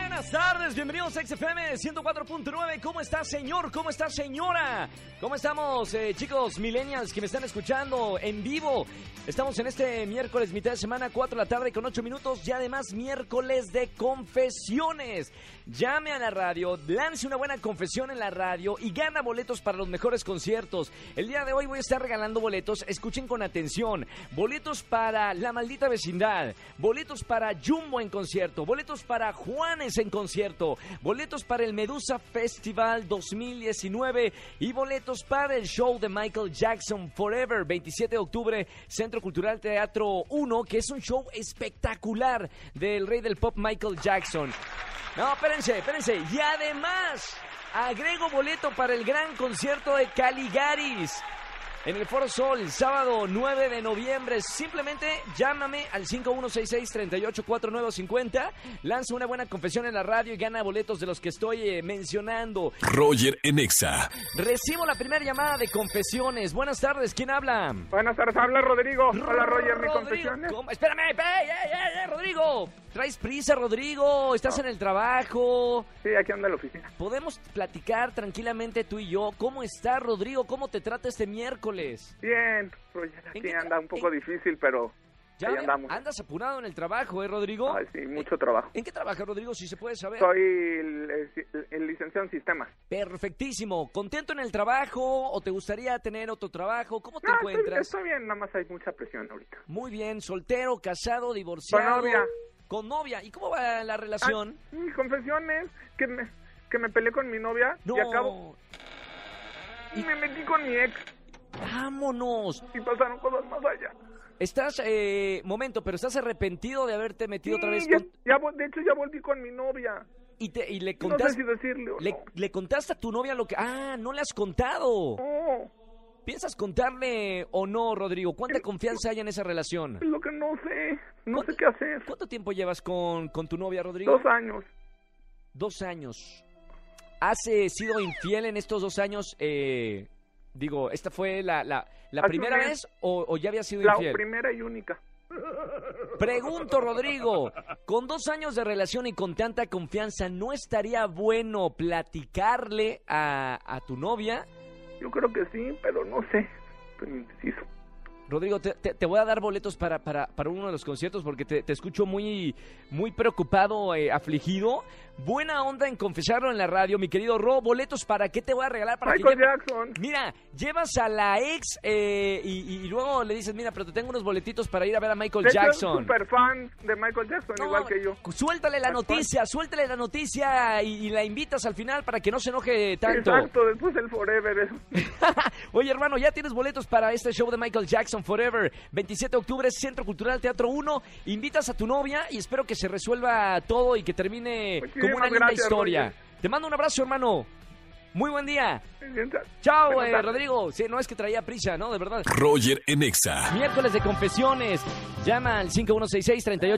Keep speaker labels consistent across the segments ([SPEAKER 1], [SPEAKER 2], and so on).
[SPEAKER 1] Buenas tardes, bienvenidos a XFM 104.9. ¿Cómo está, señor? ¿Cómo está, señora? ¿Cómo estamos, eh, chicos millennials que me están escuchando en vivo? Estamos en este miércoles, mitad de semana, 4 de la tarde con 8 minutos y además miércoles de confesiones. Llame a la radio, lance una buena confesión en la radio y gana boletos para los mejores conciertos. El día de hoy voy a estar regalando boletos, escuchen con atención. Boletos para La Maldita Vecindad, boletos para Jumbo en concierto, boletos para Juanes en concierto, boletos para el Medusa Festival 2019 y boletos para el show de Michael Jackson Forever, 27 de octubre, Centro Cultural Teatro 1, que es un show espectacular del rey del pop Michael Jackson. No, espérense, espérense. Y además, agrego boleto para el gran concierto de Caligaris. En el Foro Sol, sábado 9 de noviembre. Simplemente llámame al 5166-384950. Lanza una buena confesión en la radio y gana boletos de los que estoy eh, mencionando.
[SPEAKER 2] Roger en EXA.
[SPEAKER 1] Recibo la primera llamada de confesiones. Buenas tardes, ¿quién habla?
[SPEAKER 3] Buenas tardes, habla Rodrigo. Hola Roger, mi
[SPEAKER 1] Rodrigo,
[SPEAKER 3] confesión es-
[SPEAKER 1] ¿cómo? Espérame, pe- eh, eh, eh, Rodrigo. ¿Traes prisa, Rodrigo? ¿Estás
[SPEAKER 3] Ah.
[SPEAKER 1] en el trabajo?
[SPEAKER 3] Sí, aquí anda la oficina.
[SPEAKER 1] Podemos platicar tranquilamente tú y yo. ¿Cómo está, Rodrigo? ¿Cómo te trata este miércoles?
[SPEAKER 3] Bien, Roger,
[SPEAKER 1] ¿En qué
[SPEAKER 3] aquí
[SPEAKER 1] tra-
[SPEAKER 3] anda un poco
[SPEAKER 1] en-
[SPEAKER 3] difícil, pero
[SPEAKER 1] Ya Ah,
[SPEAKER 3] ahí
[SPEAKER 1] ve-
[SPEAKER 3] andamos.
[SPEAKER 1] andas apurado en el trabajo, ¿eh, Rodrigo?
[SPEAKER 3] Ay, sí, mucho trabajo.
[SPEAKER 1] ¿En qué trabaja, Rodrigo, si se puede saber?
[SPEAKER 3] Soy el, el- el licenciado en sistemas.
[SPEAKER 1] Perfectísimo. ¿Contento en el trabajo o te gustaría tener otro trabajo? ¿Cómo te
[SPEAKER 3] No, estoy,
[SPEAKER 1] encuentras?
[SPEAKER 3] estoy bien, nada más hay mucha presión ahorita.
[SPEAKER 1] Muy bien, soltero, casado, divorciado.
[SPEAKER 3] novia.
[SPEAKER 1] Con novia. ¿Y cómo va la relación?
[SPEAKER 3] Ah, mi confesión es que me, que me peleé con mi novia y acabo... Y me metí con mi ex
[SPEAKER 1] Vámonos.
[SPEAKER 3] y pasaron cosas más allá.
[SPEAKER 1] Estás, eh, momento, pero estás arrepentido de haberte metido otra
[SPEAKER 3] Sí,
[SPEAKER 1] vez
[SPEAKER 3] ya-
[SPEAKER 1] con-
[SPEAKER 3] ya vol- de hecho, ya volví con mi novia.
[SPEAKER 1] y, te- y le
[SPEAKER 3] No sé si
[SPEAKER 1] contaste,
[SPEAKER 3] decirle o
[SPEAKER 1] le,
[SPEAKER 3] no.
[SPEAKER 1] le contaste a tu novia lo que, ah, no le has contado.
[SPEAKER 3] No,
[SPEAKER 1] ¿Piensas contarle o no, Rodrigo? ¿Cuánta confianza hay en esa relación?
[SPEAKER 3] es lo que no sé. No
[SPEAKER 1] ¿Cuánto-
[SPEAKER 3] sé qué hacer.
[SPEAKER 1] ¿Cuánto tiempo llevas con, con tu novia, Rodrigo?
[SPEAKER 3] Dos años.
[SPEAKER 1] Dos años. ¿Has eh, sido infiel en estos dos años? Eh, digo, ¿esta fue la, la, la
[SPEAKER 3] Hace un
[SPEAKER 1] primera
[SPEAKER 3] mes.
[SPEAKER 1] vez o, o ya había sido
[SPEAKER 3] La
[SPEAKER 1] infiel?
[SPEAKER 3] primera y única.
[SPEAKER 1] Pregunto, Rodrigo, con dos años de relación y con tanta confianza, ¿no estaría bueno platicarle a, a tu novia?
[SPEAKER 3] Yo creo que sí, pero no sé. Estoy indeciso.
[SPEAKER 1] Rodrigo, te, te- te voy a dar boletos para, para, para uno de los conciertos porque te, te escucho muy, muy preocupado, eh, afligido. Buena onda en confesarlo en la radio, mi querido Ro. Boletos para qué te voy a regalar para que
[SPEAKER 3] Michael
[SPEAKER 1] lleve-
[SPEAKER 3] Jackson.
[SPEAKER 1] Mira, llevas a la ex eh, y, y- y luego le dices, mira, pero te tengo unos boletitos para ir a ver a Michael
[SPEAKER 3] De hecho, es
[SPEAKER 1] Jackson.
[SPEAKER 3] super fan de Michael Jackson,
[SPEAKER 1] No,
[SPEAKER 3] igual que yo.
[SPEAKER 1] Suéltale la
[SPEAKER 3] Tal cual.
[SPEAKER 1] noticia, suéltale la noticia y, y la invitas al final para que no se enoje tanto.
[SPEAKER 3] Exacto, después el Forever. eso.
[SPEAKER 1] Oye, hermano, ya tienes boletos para este show de Michael Jackson Forever. 27 de octubre, Centro Cultural Teatro 1. Invitas a tu novia y espero que se resuelva todo y que termine como
[SPEAKER 3] Muchísimas
[SPEAKER 1] una linda
[SPEAKER 3] gracias,
[SPEAKER 1] historia.
[SPEAKER 3] Roger.
[SPEAKER 1] Te mando un abrazo, hermano. Muy buen día. Chao,
[SPEAKER 3] Buenas
[SPEAKER 1] eh,
[SPEAKER 3] tardes.
[SPEAKER 1] Rodrigo. Sí, no es que traía prisa, ¿no? De verdad.
[SPEAKER 2] Roger en EXA.
[SPEAKER 1] Miércoles de confesiones. Llama al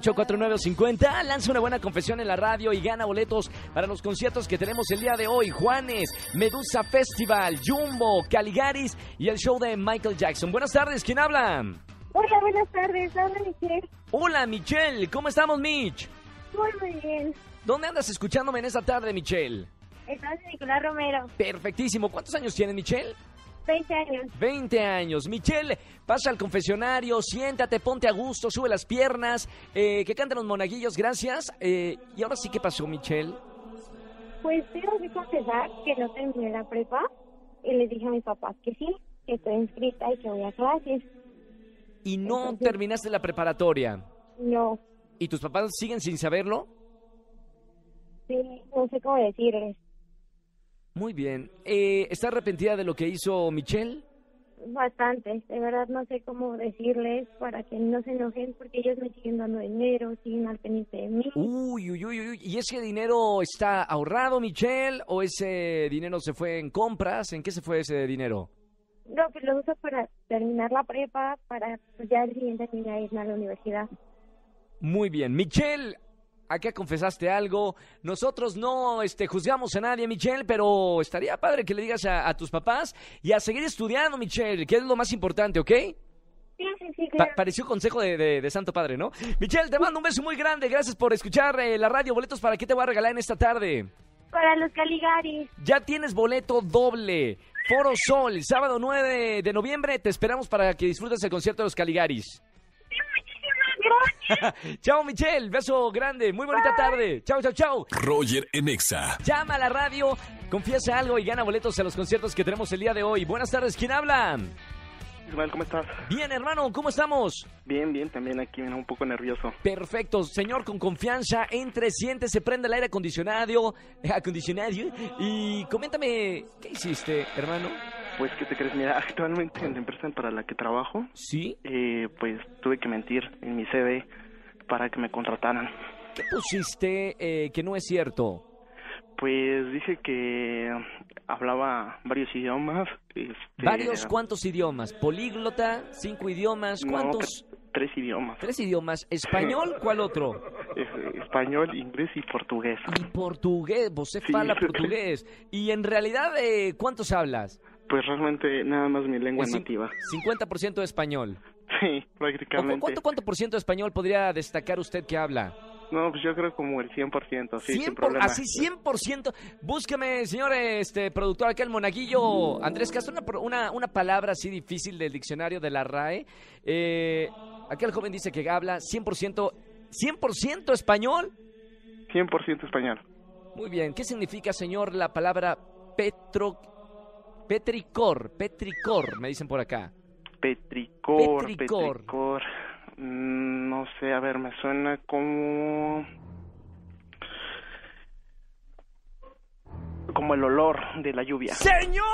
[SPEAKER 1] 5166-384950. Lanza una buena confesión en la radio y gana boletos para los conciertos que tenemos el día de hoy. Juanes, Medusa Festival, Jumbo, Caligaris y el show de Michael Jackson. Buenas tardes, ¿quién habla?
[SPEAKER 4] Hola, buenas tardes. Habla Michelle.
[SPEAKER 1] Hola, Michelle. ¿Cómo estamos, Mitch?
[SPEAKER 4] Muy, muy bien.
[SPEAKER 1] ¿Dónde andas escuchándome en esta tarde, Michelle?
[SPEAKER 4] Estás en Nicolás Romero,
[SPEAKER 1] Perfectísimo. ¿Cuántos años tiene Michelle?
[SPEAKER 4] 20 años.
[SPEAKER 1] 20 años. Michelle, pasa al confesionario, siéntate, ponte a gusto, sube las piernas, eh, que canten los monaguillos, gracias. Eh, y ahora sí, ¿qué pasó, Michelle?
[SPEAKER 4] Pues tengo que confesar que no terminé la prepa y les dije a mis papás que sí, que estoy inscrita y que voy a clases.
[SPEAKER 1] Y no
[SPEAKER 4] Entonces-
[SPEAKER 1] terminaste la preparatoria.
[SPEAKER 4] No,
[SPEAKER 1] ¿Y tus papás siguen sin saberlo?
[SPEAKER 4] sí, no sé cómo decirles.
[SPEAKER 1] Muy bien. Eh, ¿Estás arrepentida de lo que hizo Michelle?
[SPEAKER 4] Bastante, de verdad no sé cómo decirles para que no se enojen porque ellos me siguen dando dinero, siguen al pendiente de mí.
[SPEAKER 1] Uy, uy, uy, uy. ¿Y ese dinero está ahorrado, Michelle? ¿O ese dinero se fue en compras? ¿En qué se fue ese dinero?
[SPEAKER 4] No, pues lo uso para terminar la prepa, para pues, ya el siguiente año ya irme a la universidad.
[SPEAKER 1] Muy bien. Michelle, acá confesaste algo. Nosotros no este, juzgamos a nadie, Michelle, pero estaría padre que le digas a, a tus papás y a seguir estudiando, Michelle, que es lo más importante, ¿ok?
[SPEAKER 4] Sí, sí, sí,
[SPEAKER 1] Pa-
[SPEAKER 4] claro.
[SPEAKER 1] pareció consejo de, de- de Santo Padre, ¿no? Michelle, te mando un beso muy grande. Gracias por escuchar eh, la radio. Boletos para qué te voy a regalar en esta tarde.
[SPEAKER 4] Para los Caligaris.
[SPEAKER 1] Ya tienes boleto doble. Foro Sol, sábado 9 de noviembre. Te esperamos para que disfrutes el concierto de los Caligaris.
[SPEAKER 4] Sí, muchísimas gracias.
[SPEAKER 1] chao, Michelle. Beso grande. Muy bonita tarde. Chao, chao, chao.
[SPEAKER 2] Roger en Exa.
[SPEAKER 1] Llama a la radio, confiesa algo y gana boletos a los conciertos que tenemos el día de hoy. Buenas tardes, ¿quién habla?
[SPEAKER 5] Ismael, ¿cómo estás?
[SPEAKER 1] Bien, hermano, ¿cómo estamos?
[SPEAKER 5] Bien, bien, también aquí, mira, un poco nervioso.
[SPEAKER 1] Perfecto, señor, con confianza, entre, siéntese, prende el aire acondicionado, eh, acondicionado y coméntame, ¿qué hiciste, hermano?
[SPEAKER 5] Pues, ¿qué te crees? Mira, actualmente en la empresa para la que trabajo,
[SPEAKER 1] ¿Sí?
[SPEAKER 5] eh, pues tuve que mentir en mi CV para que me contrataran.
[SPEAKER 1] ¿Qué pusiste eh, que no es cierto?
[SPEAKER 5] Pues dije que hablaba varios idiomas. este,
[SPEAKER 1] ¿Varios cuántos idiomas? ¿Políglota? ¿Cinco idiomas?
[SPEAKER 5] no,
[SPEAKER 1] ¿Cuántos?
[SPEAKER 5] tre- tres idiomas.
[SPEAKER 1] Tres idiomas. ¿Español? ¿Cuál otro?
[SPEAKER 5] Es- español, inglés y portugués.
[SPEAKER 1] Y portugués, vos se
[SPEAKER 5] Sí.
[SPEAKER 1] fala portugués. Y en realidad, eh, ¿cuántos hablas?
[SPEAKER 5] Pues realmente nada más mi lengua
[SPEAKER 1] El cin-
[SPEAKER 5] nativa.
[SPEAKER 1] 50% de español.
[SPEAKER 5] Sí,
[SPEAKER 1] ¿O cu-
[SPEAKER 5] prácticamente.
[SPEAKER 1] ¿Cuánto, cuánto por ciento de español podría destacar usted que habla?
[SPEAKER 5] No, pues yo creo como el 100%, sí, sin
[SPEAKER 1] 100 por-
[SPEAKER 5] problema.
[SPEAKER 1] así 100%. Búscame, señor este, productor, acá el monaguillo Andrés Castro, una, pro- una, una palabra así difícil del diccionario de la RAE. Eh, aquel joven dice que habla 100%, 100% español.
[SPEAKER 5] 100% español.
[SPEAKER 1] Muy bien, ¿qué significa, señor, la palabra petro, petricor? Petricor, me dicen por acá.
[SPEAKER 5] Petricor,
[SPEAKER 1] Petricor.
[SPEAKER 5] petricor. Mm, No sé, a ver, me suena como. Como el olor de la lluvia.
[SPEAKER 1] ¡Señor!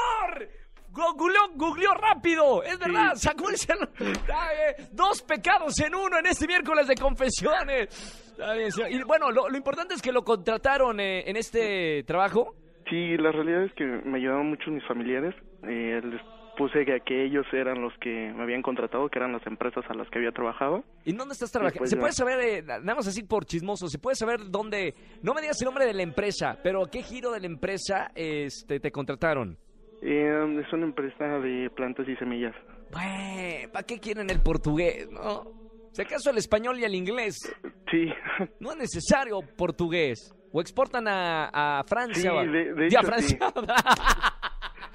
[SPEAKER 1] Googleó, googleó rápido, es verdad, sacó el celular. Está bien, Dos pecados en uno en este miércoles de confesiones. Está bien, señor. Y bueno, lo, lo importante es que lo contrataron eh, en este trabajo.
[SPEAKER 5] Sí, la realidad es que me ayudaron mucho mis familiares. Eh, les puse que, que ellos eran los que me habían contratado, que eran las empresas a las que había trabajado.
[SPEAKER 1] ¿Y dónde estás trabajando?
[SPEAKER 5] pues,
[SPEAKER 1] se
[SPEAKER 5] ya.
[SPEAKER 1] puede saber, eh, nada más así por chismoso, se puede saber dónde. No me digas el nombre de la empresa, pero ¿qué giro de la empresa este, te contrataron?
[SPEAKER 5] Eh, es una empresa de plantas y semillas.
[SPEAKER 1] Bueno, ¿para qué quieren el portugués, no? Si acaso el español y el inglés.
[SPEAKER 5] Sí,
[SPEAKER 1] No es necesario portugués. O exportan a, a Francia.
[SPEAKER 5] Sí, de- de
[SPEAKER 1] y
[SPEAKER 5] hecho,
[SPEAKER 1] a Francia.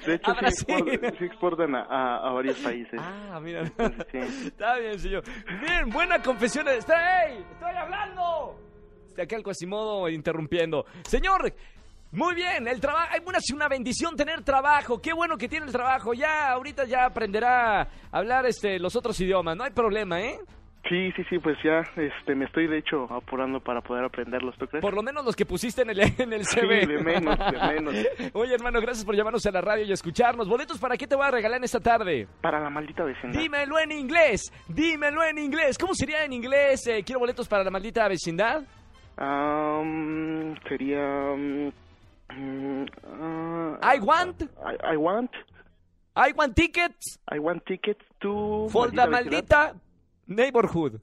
[SPEAKER 5] de hecho
[SPEAKER 1] A
[SPEAKER 5] sí,
[SPEAKER 1] Brasil.
[SPEAKER 5] expor- sí exportan a, a- a varios países.
[SPEAKER 1] ah, mira.
[SPEAKER 5] Sí.
[SPEAKER 1] Está bien, señor. Bien, buena confesión. Está, ¡Ey! ¡Estoy hablando! Está acá el Quasimodo interrumpiendo. Señor, muy bien. El trabajo. Una, una bendición tener trabajo. Qué bueno que tiene el trabajo. Ya, ahorita ya aprenderá a hablar este, los otros idiomas. No hay problema, ¿eh?
[SPEAKER 5] Sí, sí, sí, pues ya este, me estoy de hecho apurando para poder aprenderlos, ¿tú crees?
[SPEAKER 1] Por lo menos los que pusiste en el, en el CV.
[SPEAKER 5] Sí, de menos, de menos.
[SPEAKER 1] Oye, hermano, gracias por llamarnos a la radio y escucharnos. ¿Boletos para qué te voy a regalar en esta tarde?
[SPEAKER 5] Para la maldita vecindad.
[SPEAKER 1] Dímelo en inglés, dímelo en inglés. ¿Cómo sería en inglés? eh, quiero boletos para la maldita vecindad.
[SPEAKER 5] Am, sería... mm, mm, ah,
[SPEAKER 1] I want,
[SPEAKER 5] I, I want...
[SPEAKER 1] I want tickets
[SPEAKER 5] I want tickets to...
[SPEAKER 1] for la
[SPEAKER 5] Uh, vecindad.
[SPEAKER 1] maldita neighborhood.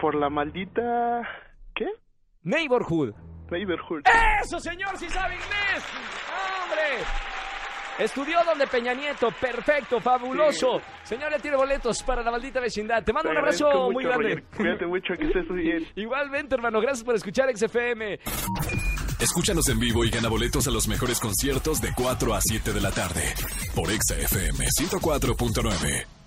[SPEAKER 5] Por la maldita... ¿Qué?
[SPEAKER 1] Neighborhood. Eh,
[SPEAKER 5] Neighborhood.
[SPEAKER 1] ¡Eso, señor, si sabe inglés! ¡Hombre! Estudió donde Peña Nieto, perfecto, fabuloso. Señor, ya tiene boletos para la maldita vecindad. Te mando
[SPEAKER 5] Te
[SPEAKER 1] un abrazo
[SPEAKER 5] agradezco
[SPEAKER 1] muy
[SPEAKER 5] mucho,
[SPEAKER 1] grande.
[SPEAKER 5] Roger. Cuídate mucho, que estés muy bien.
[SPEAKER 1] Igualmente, hermano, gracias por escuchar XFM.
[SPEAKER 2] Escúchanos en vivo y gana boletos a los mejores conciertos de 4 a 7 de la tarde por Exa FM 104.9.